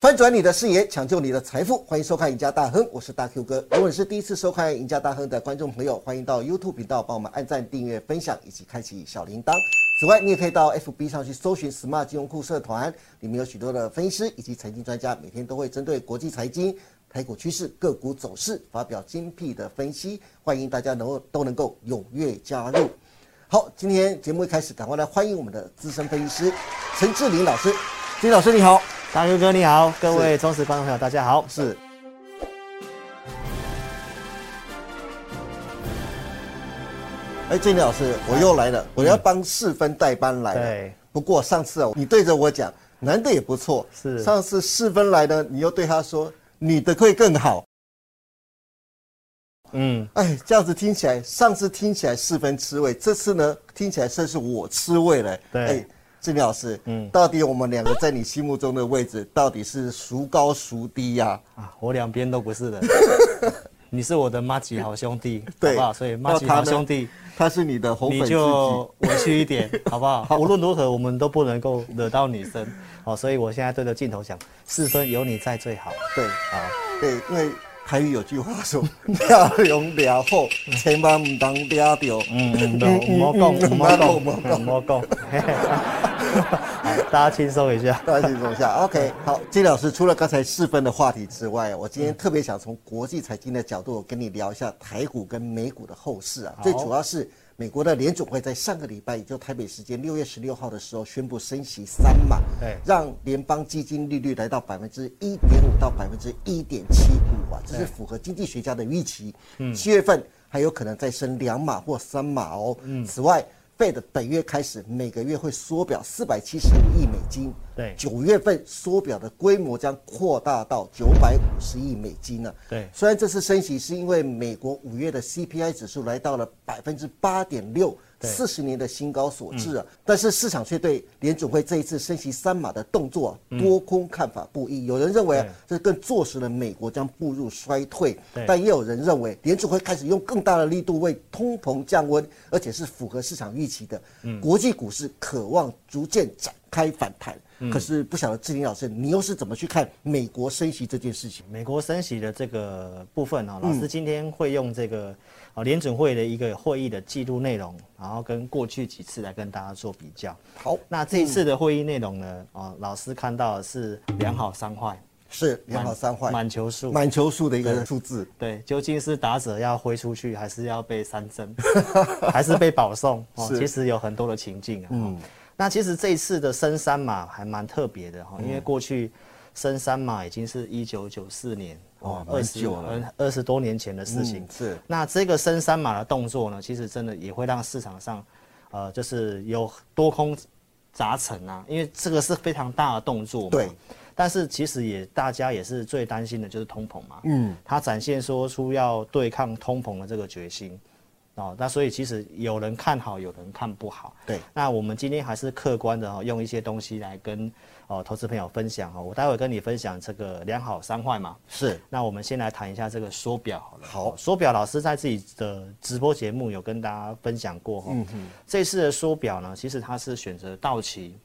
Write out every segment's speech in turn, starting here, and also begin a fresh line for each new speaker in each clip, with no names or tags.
翻转你的视野，抢救你的财富，欢迎收看《赢家大亨》，我是大 Q 哥。如果你是第一次收看《赢家大亨》的观众朋友，欢迎到 YouTube 频道帮我们按赞、订阅、分享以及开启小铃铛。此外，你也可以到 FB 上去搜寻 Smart 金融库社团，里面有许多的分析师以及财经专家，每天都会针对国际财经、台股趋势、个股走势发表精辟的分析，欢迎大家能够都能够踊跃加入。好，今天节目一开始，赶快来欢迎我们的资深分析师陈志林老师。志林老师，你好。
大 Q 哥你好，各位忠实观众朋友大家好。
是。哎，郑老师，我又来了，我要帮四分代班来了。
哎嗯对。
不过上次啊，你对着我讲，男的也不错。
是
上次四分来呢，你又对他说，女的会更好。
嗯，
哎，这样子听起来，上次听起来四分吃味，这次呢听起来算是我吃味了。
对
哎，郑老师，嗯
嗯，
到底我们两个在你心目中的位置，到底是孰高孰低呀、
啊，我两边都不是的。你是我的妈吉好兄弟，
对
好不好？所以妈
那
吉
他
好
呢
兄弟，
他是你的红粉
你
知己。
就委屈一点，好不好？无论如何，我们都不能够惹到女生。好，所以我现在对着镜头讲，四分有你在最好。
对
好，
对，因为台语有句话说 “俩龙俩虎，千万唔当俩掉
嗯嗯，莫讲，莫讲，莫讲，嘿嘿好，大家轻松一下”。。
大家轻松一 下，OK。好，
嗯
金老师，除了刚才四分的话题之外，我今天特别想从国际财经的角度跟你聊一下台股跟美股的后市啊。
好
最主要是美国的联总会在上个礼拜，也就台北时间六月十六号的时候宣布升息三码，
对
让联邦基金利率来到百分之一点五到百分之一点七五啊，这是符合经济学家的预期。
嗯
七月份还有可能再升两码或三码哦。
嗯
此外，Fed 本月开始每个月会缩表四百七十五亿美金，
对
九月份缩表的规模将扩大到九百五十亿美金啊呢、
对
虽然这次升息是因为美国五月的 CPI 指数来到了百分之八点六，
对嗯
四十年的新高所致啊，但是市场却对联准会这一次升息三码的动作、啊、
嗯
多空看法不一。有人认为啊这更坐实了美国将步入衰退
对，
但也有人认为联准会开始用更大的力度为通膨降温，而且是符合市场预期的。
嗯
国际股市渴望逐渐展开反弹。
嗯
可是不晓得志林老师，你又是怎么去看美国升息这件事情？
美国升息的这个部分啊，老师今天会用这个啊联准会的一个会议的记录内容，然后跟过去几次来跟大家做比较。
好，
那这一次的会议内容呢，啊，老师看到的是两好三坏，
是两好三坏，
满满球数。
满球数的一个数字。
对，究竟是打者要挥出去，还是要被 三振，还是被保送？哦，
是
其实有很多的情境啊。嗯，那其实这一次的升三码还蛮特别的哈、因
嗯
为过去升三码已经是一九九四年
哇
哦，
蛮
二十
久了
二十多年前的事情。
嗯是
那这个升三码的动作呢，其实真的也会让市场上，呃，就是有多空杂陈啊，因为这个是非常大的动作嘛。
对。
但是其实也大家也是最担心的就是通膨嘛。嗯。它展现说出要对抗通膨的这个决心。哦，那所以其实有人看好，有人看不好。
对
那我们今天还是客观的、哦、用一些东西来跟哦投资朋友分享哦。我待会跟你分享这个两好三坏嘛。
是
那我们先来谈一下这个缩表好了。
好
哦缩表老师在自己的直播节目有跟大家分享过
嗯
哈、哦。这次的缩表呢，其实它是选择到期，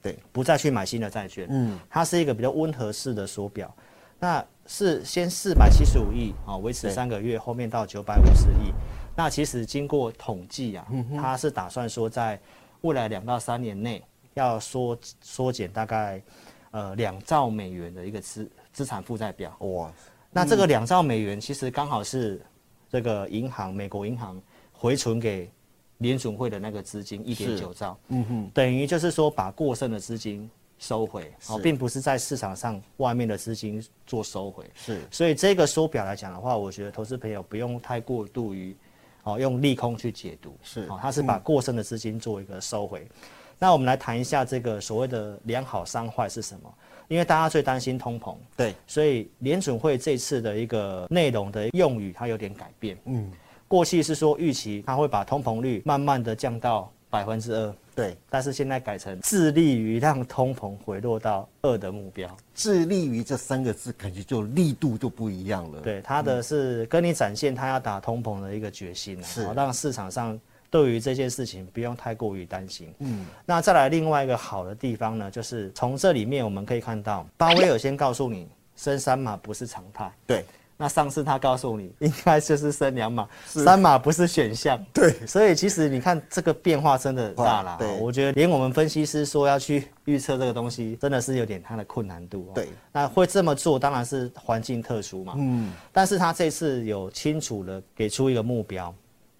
对，
不再去买新的债券。嗯，它是一个比较温和式的缩表，那是先四百七十五亿啊，哦维持
对
三个月，后面到九百五十亿。那其实经过统计啊，
嗯
它是打算说在未来两到三年内要缩缩减大概呃两兆美元的一个资资产负债表。
哇，
那这个两兆美元其实刚好是这个银行美国银行回存给联准会的那个资金一点九兆，嗯哼，等于就是说把过剩的资金收回，哦，并不是在市场上外面的资金做收回，
是
所以这个缩表来讲的话，我觉得投资朋友不用太过度于哦用利空去解读，
是
哦，它是把过剩的资金做一个收回。那我们来谈一下这个所谓的良好伤坏是什么？因为大家最担心通膨，
对，
所以联准会这次的一个内容的用语，它有点改变。嗯，过去是说预期它会把通膨率慢慢的降到百分之二，
对，
但是现在改成致力于让通膨回落到二的目标。
致力于这三个字，感觉就力度就不一样了。，
对，它的是跟你展现它要打通膨的一个决心啊，
是
好让市场上对于这件事情不用太过于担心。嗯，那再来另外一个好的地方呢，就是从这里面我们可以看到，巴威尔先告诉你升三码不是常态。
对，
那上次他告诉你 应该就是升两码，三码不是选项。
对，
所以其实你看这个变化真的很大啦。
对
我觉得连我们分析师说要去预测这个东西，真的是有点它的困难度、哦。
对，
那会这么做当然是环境特殊嘛。嗯，但是他这次有清楚的给出一个目标。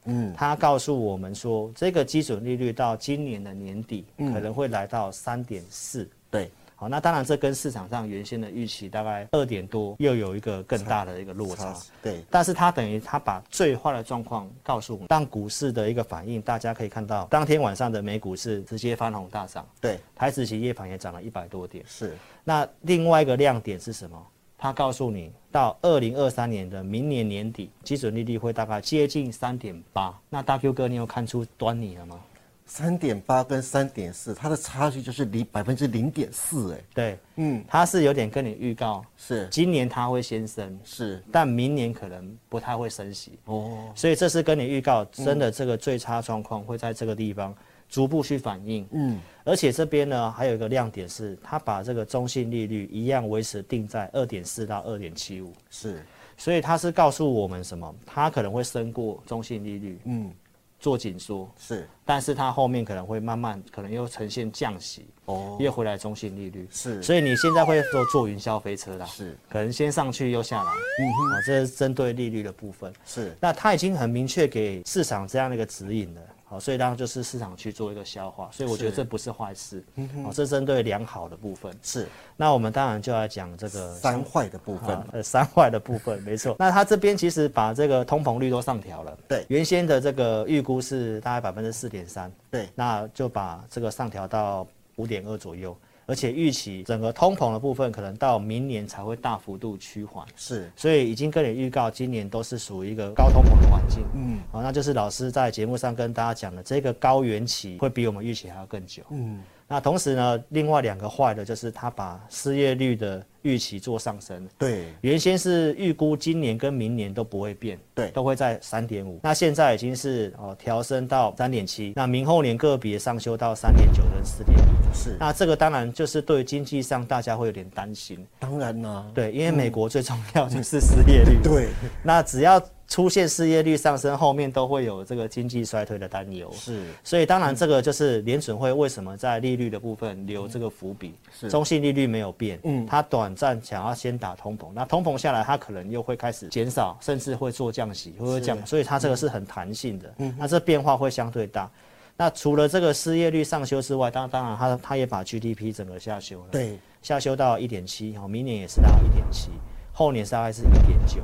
嗯，他告诉我们说，这个基准利率到今年的年底可能会来到三点四。
对，
好，那当然这跟市场上原先的预期大概二点多又有一个更大的一个落差。
对，
但是他等于他把最坏的状况告诉我们，当股市的一个反应，大家可以看到，当天晚上的美股是直接翻红大涨，
对，
台指期夜盘也涨了一百多点。
是，
那另外一个亮点是什么？他告诉你，到二零二三年的明年年底，基准利率会大概接近三点八。那大 Q 哥，你有看出端倪了吗？
三点八跟三点四，它的差距就是零百分之零点四，哎，
对，嗯，他是有点跟你预告，
是
今年他会先升，
是，
但明年可能不太会升息。
哦，
所以这是跟你预告，真的这个最差状况会在这个地方逐步去反映。嗯，而且这边呢还有一个亮点是，它把这个中性利率一样维持定在二点四到二点七五，
是，
所以它是告诉我们什么？它可能会升过中性利率，嗯，做紧缩，
是，
但是它后面可能会慢慢可能又呈现降息，
哦，
又回来中性利率。
是，
所以你现在会说坐云霄飞车啦，
是，
可能先上去又下来，嗯哼，啊，这是针对利率的部分。
是，
那他已经很明确给市场这样的一个指引了，好，所以当然就是市场去做一个消化，所以我觉得
是嗯
这不是坏事，好，这针对良好的部分。
是
那我们当然就要讲这个
三坏的部分
呃啊，呃，三坏的部分， 没错。那它这边其实把这个通膨率都上调了，
对
原先的这个预估是大概百分之四点三，
对，
那就把这个上调到五点二左右，而且预期整个通膨的部分可能到明年才会大幅度趋缓。
是，
所以已经跟你预告，今年都是属于一个高通膨的环境。嗯，好、那就是老师在节目上跟大家讲的，这个高原期会比我们预期还要更久。嗯，那同时呢，另外两个坏的就是他把失业率的预期做上升。
对，
原先是预估今年跟明年都不会变，
对
都会在三点五。那现在已经是哦调升到三点七，那明后年个别上修到三点九跟四点一。
是，
那这个当然就是对经济上大家会有点担心，
当然啦，
对，因为美国最重要就是失业率。
对，
那只要出现失业率上升，后面都会有这个经济衰退的担忧。
是，
所以当然，这个就是联准会为什么在利率的部分留这个伏笔，中性利率没有变，嗯，它短暂想要先打通膨，那通膨下来，它可能又会开始减少，甚至会做降息，会会降，所以它这个是很弹性的，嗯，那这变化会相对大。那除了这个失业率上修之外，当当然它它也把 GDP 整个下修了，
对，
下修到一点七，哦，明年也是到一点七，后年大概是一点九，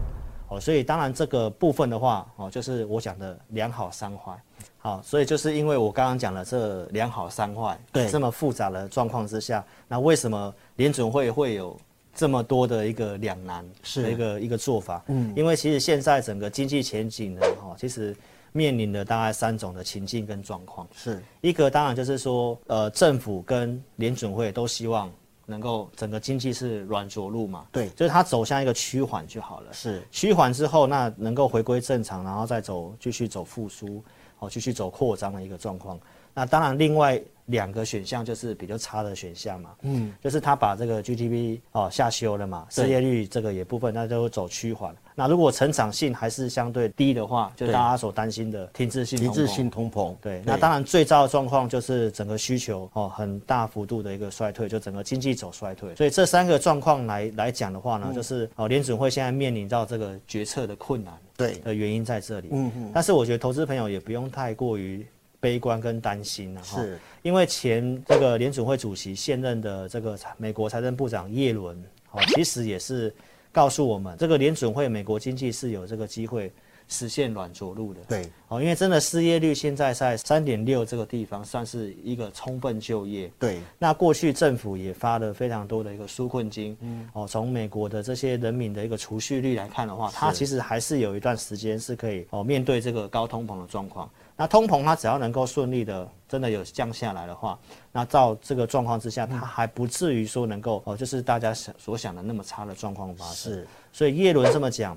哦，所以当然这个部分的话，哦，就是我讲的良好伤坏，好，所以就是因为我刚刚讲了这良好伤坏，
对
这么复杂的状况之下，那为什么联准会会有这么多的一个两难
是
的一个一个做法？嗯，因为其实现在整个经济前景呢，哈、哦，其实面临的大概三种的情境跟状况，
是，
一个当然就是说，呃，政府跟联准会都希望能够整个经济是软着陆嘛，
对
就是它走向一个趋缓就好了。
是，
趋缓之后，那能够回归正常，然后再走继续走复苏，哦，继续走扩张的一个状况。那当然，另外两个选项就是比较差的选项嘛，嗯，就是他把这个 GDP 哦下修了嘛，
对
失业率这个也部分，那就走趋缓。那如果成长性还是相对低的话，就
对
大家所担心的停滞性
停滞
通膨
性通膨，
对，那当然最糟的状况就是整个需求哦很大幅度的一个衰退，就整个经济走衰退。所以这三个状况来来讲的话呢，就是哦联准会现在面临到这个决策的困难
对，
的原因在这里。嗯嗯。但是我觉得投资朋友也不用太过于悲观跟担心了、啊、哈
是，
因为前这个联准会主席现任的这个财美国财政部长耶伦哦，其实也是告诉我们，这个联准会美国经济是有这个机会实现软着陆的。
对，
哦，因为真的失业率现在在三点六这个地方，算是一个充分就业。
对，
那过去政府也发了非常多的一个纾困金，嗯，哦，从美国的这些人民的一个储蓄率来看的话，它其实还是有一段时间是可以哦面对这个高通膨的状况。那通膨它只要能够顺利的真的有降下来的话，那照这个状况之下，它还不至于说能够哦就是大家想所想的那么差的状况发生。
是，
所以耶伦这么讲，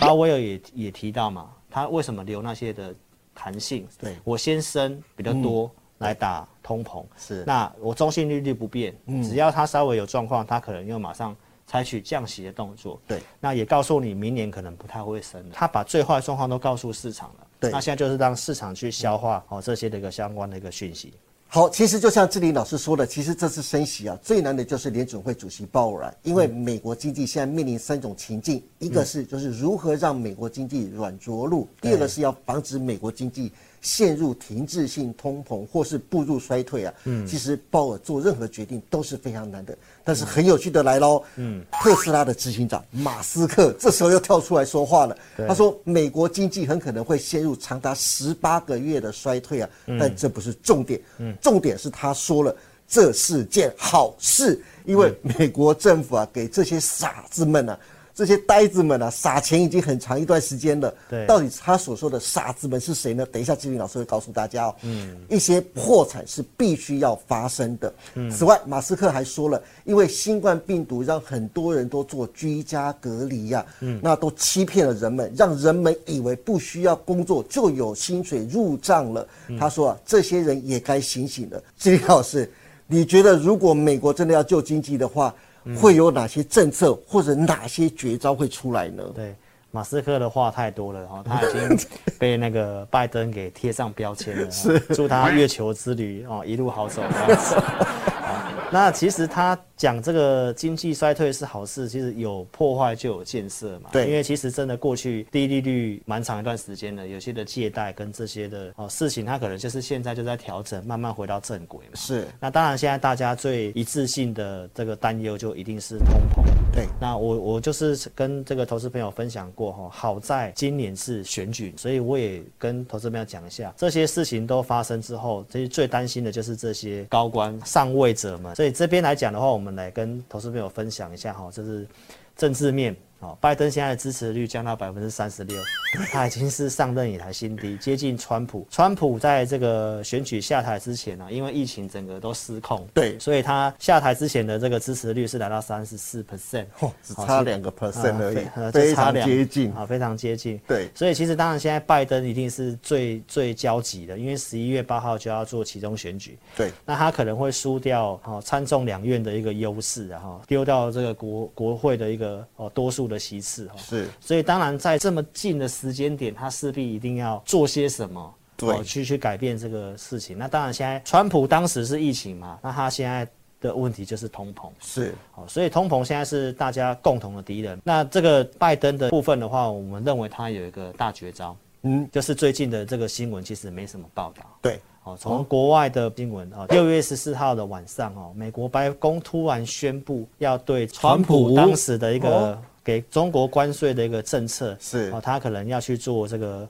鲍威尔也也提到嘛，他为什么留那些的弹性，
对嗯
我先升比较多来打通膨，
是嗯
那我中性利率不变，只要它稍微有状况，它可能又马上采取降息的动作，
对，
那也告诉你明年可能不太会升了，它把最坏的状况都告诉市场了，
对
那现在就是让市场去消化哦这些的一个相关的一个讯息，
好，其实就像志林老师说的，其实这次升息啊，最难的就是联准会主席鲍尔啊，因为
嗯
美国经济现在面临三种情境，一个是就是如何让美国经济软着陆，第二个是要防止美国经济陷入停滞性通膨或是步入衰退啊。嗯，其实鲍尔做任何决定都是非常难的，但是很有趣的来喽，嗯，特斯拉的执行长马斯克这时候又跳出来说话了，他说美国经济很可能会陷入长达十八个月的衰退啊，但这不是重点，重点是他说了这是件好事，因为美国政府啊给这些傻子们啊。这些呆子们啊，撒钱已经很长一段时间了。
对
到底他所说的傻子们是谁呢？等一下，志云老师会告诉大家哦。嗯，一些破产是必须要发生的。此外，马斯克还说了，因为新冠病毒让很多人都做居家隔离呀、嗯，那都欺骗了人们，让人们以为不需要工作就有薪水入账了。他说啊，这些人也该醒醒了。志云老师，你觉得如果美国真的要救经济的话，会有哪些政策或者哪些绝招会出来呢？
对，马斯克的话太多了哈，他已 经被那个拜登给贴上标签了。是，祝他月球之旅哦一路好走。这 样子啊那其实他讲这个经济衰退是好事，其实有破坏就有建设嘛。
对
因为其实真的过去低利率蛮长一段时间了，有些的借贷跟这些的哦事情，它可能就是现在就在调整，慢慢回到正轨嘛。
是
那当然，现在大家最一致性的这个担忧就一定是通膨。
对，
那我我就是跟这个投资朋友分享过哈，好在今年是选举，所以我也跟投资朋友讲一下，这些事情都发生之后，其实最担心的就是这些高官上位者们。所以这边来讲的话，我们来跟投资朋友分享一下哈，就是政治面。哦，拜登现在的支持率降到百分之三十六，他已经是上任以来新低，接近川普。川普在这个选举下台之前呢、啊因为疫情整个都失控，
对
所以他下台之前的这个支持率是达到三十四 percent，
哦，只差两个 percent 而已，
啊
非
非
常
常
接近。
啊，非常接近。
对
所以其实当然现在拜登一定是最最焦急的，因为十一月八号就要做其中选举，
对，
那他可能会输掉哦参众两院的一个优势啊，然后丢掉这个国国会的一个哦多数的席次哈。哦
是
所以当然在这么近的时间点，他势必一定要做些什么。
对
哦去去改变这个事情。那当然，现在川普当时是疫情嘛，那他现在的问题就是通膨。
是
好，所以通膨现在是大家共同的敌人。那这个拜登的部分的话，我们认为他有一个大绝招，
嗯，
就是最近的这个新闻其实没什么报道。
对，
哦，从国外的新闻哦，六月十四号的晚上哦，美国白宫突然宣布要对川
川普
普当时的一
哦
个给中国关税的一个政策
是
哦，他可能要去做这个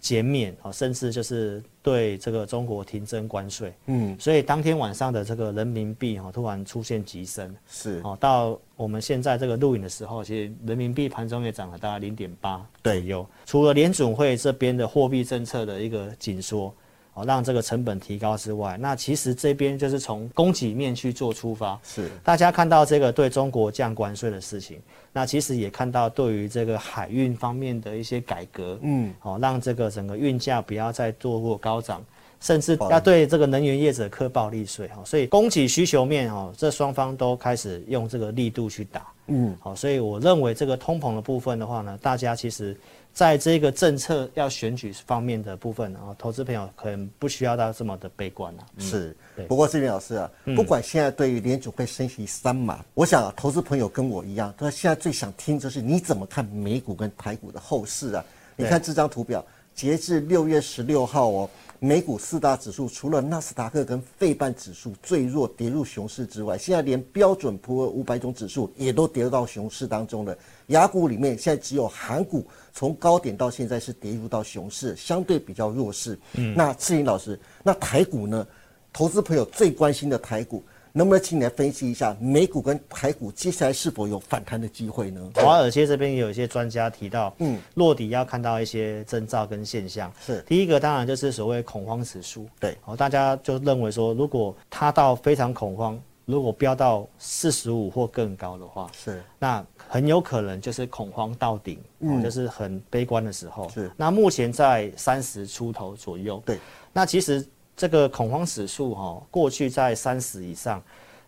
减免哦，甚至就是对这个中国停征关税。
嗯，
所以当天晚上的这个人民币哦，突然出现急升。
是，
哦，到我们现在这个录影的时候，其实人民币盘中也涨了大概零点八左右。除了联准会这边的货币政策的一个紧缩，哦，让这个成本提高之外，那其实这边就是从供给面去做出发。
是
大家看到这个对中国降关税的事情，那其实也看到对于这个海运方面的一些改革，嗯，哦，让这个整个运价不要再坐过高涨，甚至要对这个能源业者课暴利税哈、哦，所以供给需求面哦，这双方都开始用这个力度去打，嗯，好、所以我认为这个通膨的部分的话呢，大家其实。在这个政策要选举方面的部分，哦，投资朋友可能不需要到这么的悲观了、
是
嗯对。嗯
不过志明老师啊，不管现在对于联储会升息三码，我想啊投资朋友跟我一样，他现在最想听就是你怎么看美股跟台股的后市啊？你看这张图表，截至六月十六号哦。美股四大指数除了纳斯达克跟费半指数最弱跌入熊市之外，现在连标准普尔五百种指数也都跌到熊市当中了。雅股里面现在只有韩股从高点到现在是跌入到熊市，相对比较弱势。嗯，那志颖老师，那台股呢？投资朋友最关心的台股，能不能请你来分析一下美股跟台股接下来是否有反弹的机会呢？
华尔街这边也有一些专家提到，嗯，落底要看到一些征兆跟现象。
是
第一个当然就是所谓恐慌指数，
对
哦，大家就认为说，如果它到非常恐慌，如果飙到四十五或更高的话，
是
那很有可能就是恐慌到顶，哦就是很悲观的时候。
嗯是
那目前在三十出头左右。
对，
那其实这个恐慌指数哈、哦，过去在三十以上，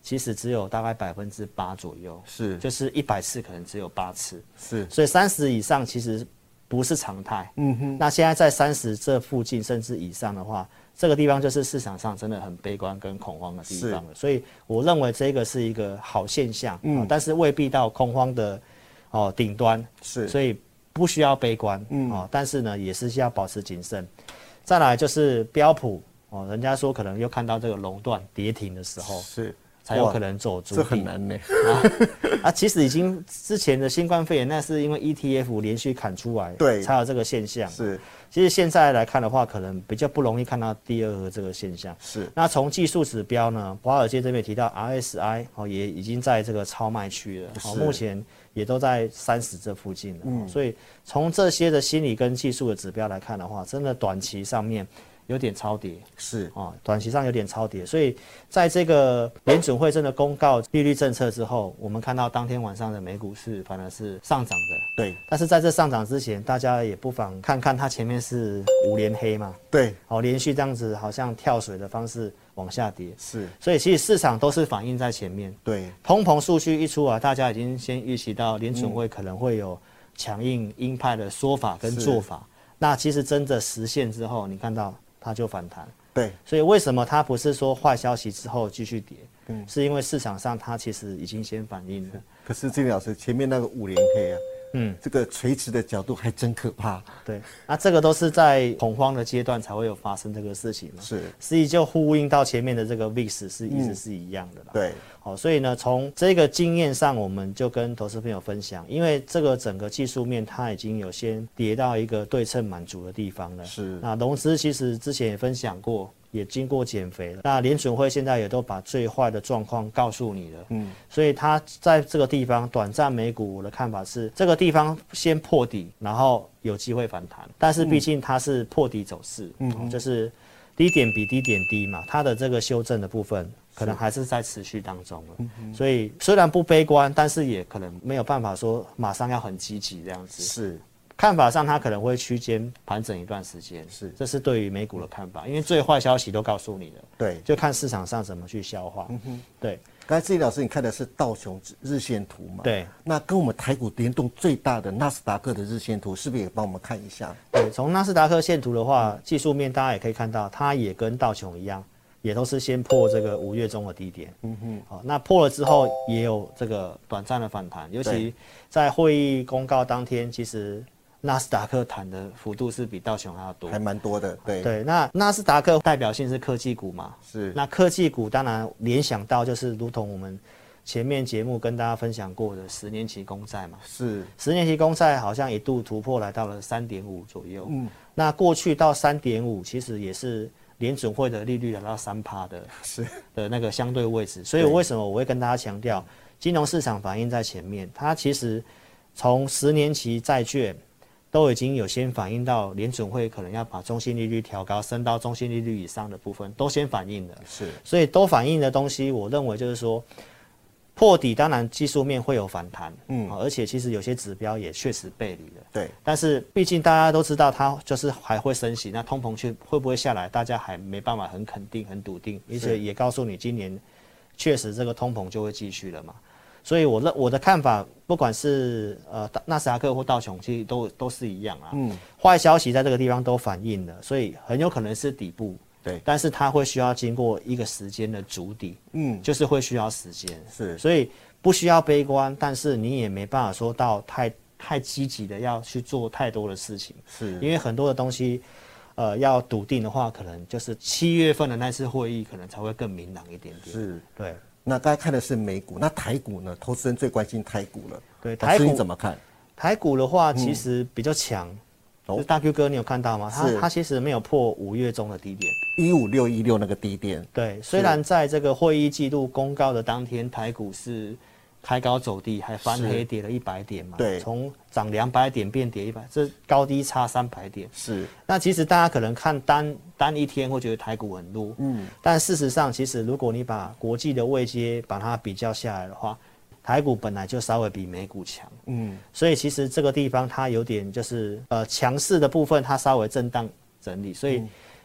其实只有大概百分之八左右，
是
就是一百次可能只有八次，
是
所以三十以上其实不是常态。嗯哼，那现在在三十这附近甚至以上的话，这个地方就是市场上真的很悲观跟恐慌的地方了。所以我认为这个是一个好现象，嗯，但是未必到恐慌的哦顶端，
是
所以不需要悲观，嗯，哦，但是呢也是需要保持谨慎。再来就是标普哦，人家说可能又看到这个熔断跌停的时候，
是，
才有
哇
可能走主
这
力。
很难呢。
啊，其实已经之前的新冠肺炎，那是因为 ETF 连续砍出来，
对
才有这个现 象。
是
其实现在来看的话，可能比较不容易看到第二个这个现象。
是
那从技术指标呢，华尔街这边也提到 RSI 哦，也已经在这个超卖区了，哦，
是
目前也都在三十这附近了。嗯、所以从这些的心理跟技术的指标来看的话，真的短期上面有点超跌。
是
啊、短期上有点超跌，所以在这个联准会真的公告利率政策之后，我们看到当天晚上的美股是反而是上涨的。
对
但是在这上涨之前，大家也不妨看看它前面是五连黑嘛，
对
哦，连续这样子好像跳水的方式往下跌，
是，
所以其实市场都是反映在前面。
对
通膨数据一出来，大家已经先预期到联准会可能会有强硬鹰派的说法跟
是
做法。那其实真的实现之后，你看到它就反弹。
对
所以为什么它不是说坏消息之后继续跌？是因为市场上它其实已经先反应了。
可是金老师前面那个五连黑啊，嗯，这个垂直的角度还真可怕。
对，那这个都是在恐慌的阶段才会有发生这个事情嘛。
是
所以就呼应到前面的这个 VIX 是意思是一样的啦。
对，
好，所以呢，从这个经验上，我们就跟投资朋友分享，因为这个整个技术面它已经有先跌到一个对称满足的地方了。
是
那融资其实之前也分享过，也经过减肥了。那联准会现在也都把最坏的状况告诉你了。嗯，所以它在这个地方短暂美股，我的看法是这个地方先破底，然后有机会反弹。但是毕竟它是破底走势，嗯，就是低点比低点低嘛，它的这个修正的部分可能还是在持续当中
嗯
了。所以虽然不悲观，但是也可能没有办法说马上要很积极这样子。
是
看法上，它可能会区间盘整一段时间，
是
这是对于美股的看法，因为最坏消息都告诉你了，
对。
就看市场上怎么去消化。
嗯
对
刚才志毅老师，你看的是道琼指日线图嘛？
对。
那跟我们台股联动最大的纳斯达克的日线图，是不是也帮我们看一下？
对，从纳斯达克线图的话，技术面大家也可以看到，它也跟道琼一样，也都是先破这个五月中的低点。嗯哼，好，那破了之后也有这个短暂的反弹，尤
对
其在会议公告当天，其实纳斯达克弹的幅度是比道琼还要多
还。蛮多的，对。
对，那纳斯达克代表性是科技股嘛？
是
那科技股当然联想到就是，如同我们前面节目跟大家分享过的十年期公债嘛。
是
十年期公债好像一度突破来到了三点五左右。嗯，那过去到三点五，其实也是联准会的利率来到三趴 的
是
的那个相对位置。所以为什么我会跟大家强调，金融市场反应在前面，它其实从十年期债券都已经有先反映到联准会可能要把中心利率调高，升到中心利率以上的部分都先反映了。
是
所以都反映的东西，我认为就是说，破底当然技术面会有反弹，嗯，而且其实有些指标也确实背离了。
对
但是毕竟大家都知道它就是还会升息，那通膨去会不会下来，大家还没办法很肯定、很笃定，而且也告诉你今年确实这个通膨就会继续了嘛。所以我认我的看法，不管是呃大纳斯达克或道琼，其实都都是一样啊。嗯，坏消息在这个地方都反映了，所以很有可能是底部。
对
但是它会需要经过一个时间的筑底，嗯，就是会需要时间，
是
所以不需要悲观，但是你也没办法说到太太积极的要去做太多的事情，
是
因为很多的东西，呃，要笃定的话，可能就是七月份的那次会议，可能才会更明朗一点点。
是。
对
那刚才看的是美股，那台股呢？投资人最关心台股了。
对，
老
台
师你
股
怎么看？
台股的话，其实比较强。
嗯哦
就是大 Q 哥，你有看到吗？它
是
它其实没有破五月中的低点。
一五六一六那个低点，
对，虽然在这个会议记录公告的当天，台股是开高走低，还翻黑跌了一百点嘛，
对
从涨两百点变跌一百，这高低差三百点。
是
那其实大家可能看单单一天会觉得台股很弱，嗯，但事实上，其实如果你把国际的位阶把它比较下来的话，台股本来就稍微比美股强，嗯，所以其实这个地方它有点就是呃强势的部分它稍微震荡整理，所以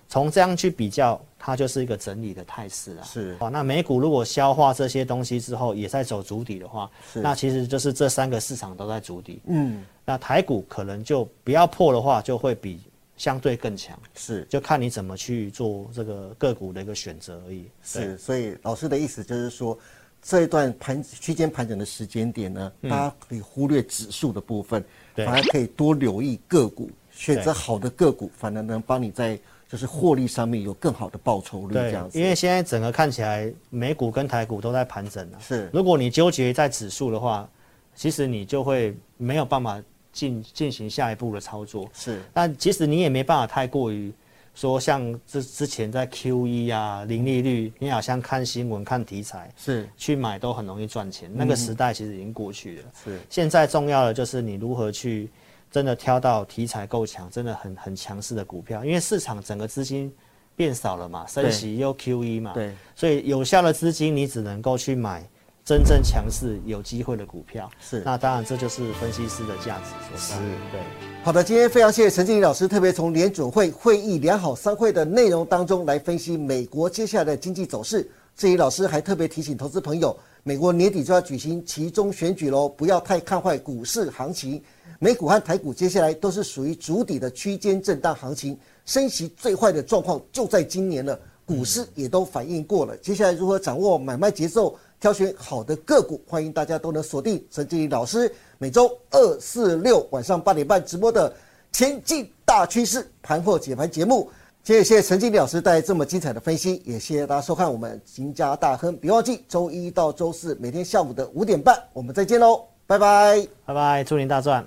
从这样去比较，它就是一个整理的态势啊。
是
哦，那美股如果消化这些东西之后，也在走主底的话，那其实就是这三个市场都在主底，嗯，那台股可能就不要破的话，就会比相对更强，
是
就看你怎么去做这个个股的一个选择而已。对
是，所以老师的意思就是说，这一段盘区间盘整的时间点呢，大家可以忽略指数的部分，
嗯对
反而可以多留意个股，选择好的个股，反而能帮你在就是获利上面有更好的报酬率，这
对
样，子。
因为现在整个看起来美股跟台股都在盘整啊。
是
如果你纠结在指数的话，其实你就会没有办法进进行下一步的操作。
是
但其实你也没办法太过于说像之之前在 Q E 啊、零利率，你好像看新闻、看题材
是
去买都很容易赚钱，那个时代其实已经过去了。
嗯是
现在重要的就是你如何去真的挑到题材够强、真的很很强势的股票，因为市场整个资金变少了嘛，升息又 QE 嘛，
对，
所以有效的资金你只能够去买真正强势、有机会的股票。
是
那当然这就是分析师的价值所在。
是
对。
好的，今天非常谢谢陈静怡老师，特别从联准会会议良好三会的内容当中来分析美国接下来的经济走势。至于老师还特别提醒投资朋友，美国年底就要举行其中选举喽，不要太看坏股市行情。美股和台股接下来都是属于主底的区间震荡行情，升息最坏的状况就在今年了。股市也都反映过了。接下来如何掌握买卖节奏，挑选好的个股，欢迎大家都能锁定陈志林老师每周二、四、六晚上八点半直播的《前进大趋势盘后解盘》节目。今天也谢谢陈经理老师带来这么精彩的分析，也谢谢大家收看我们金家大亨。别忘记周一到周四每天下午的五点半，我们再见喽，拜拜。
拜拜，祝您大赚！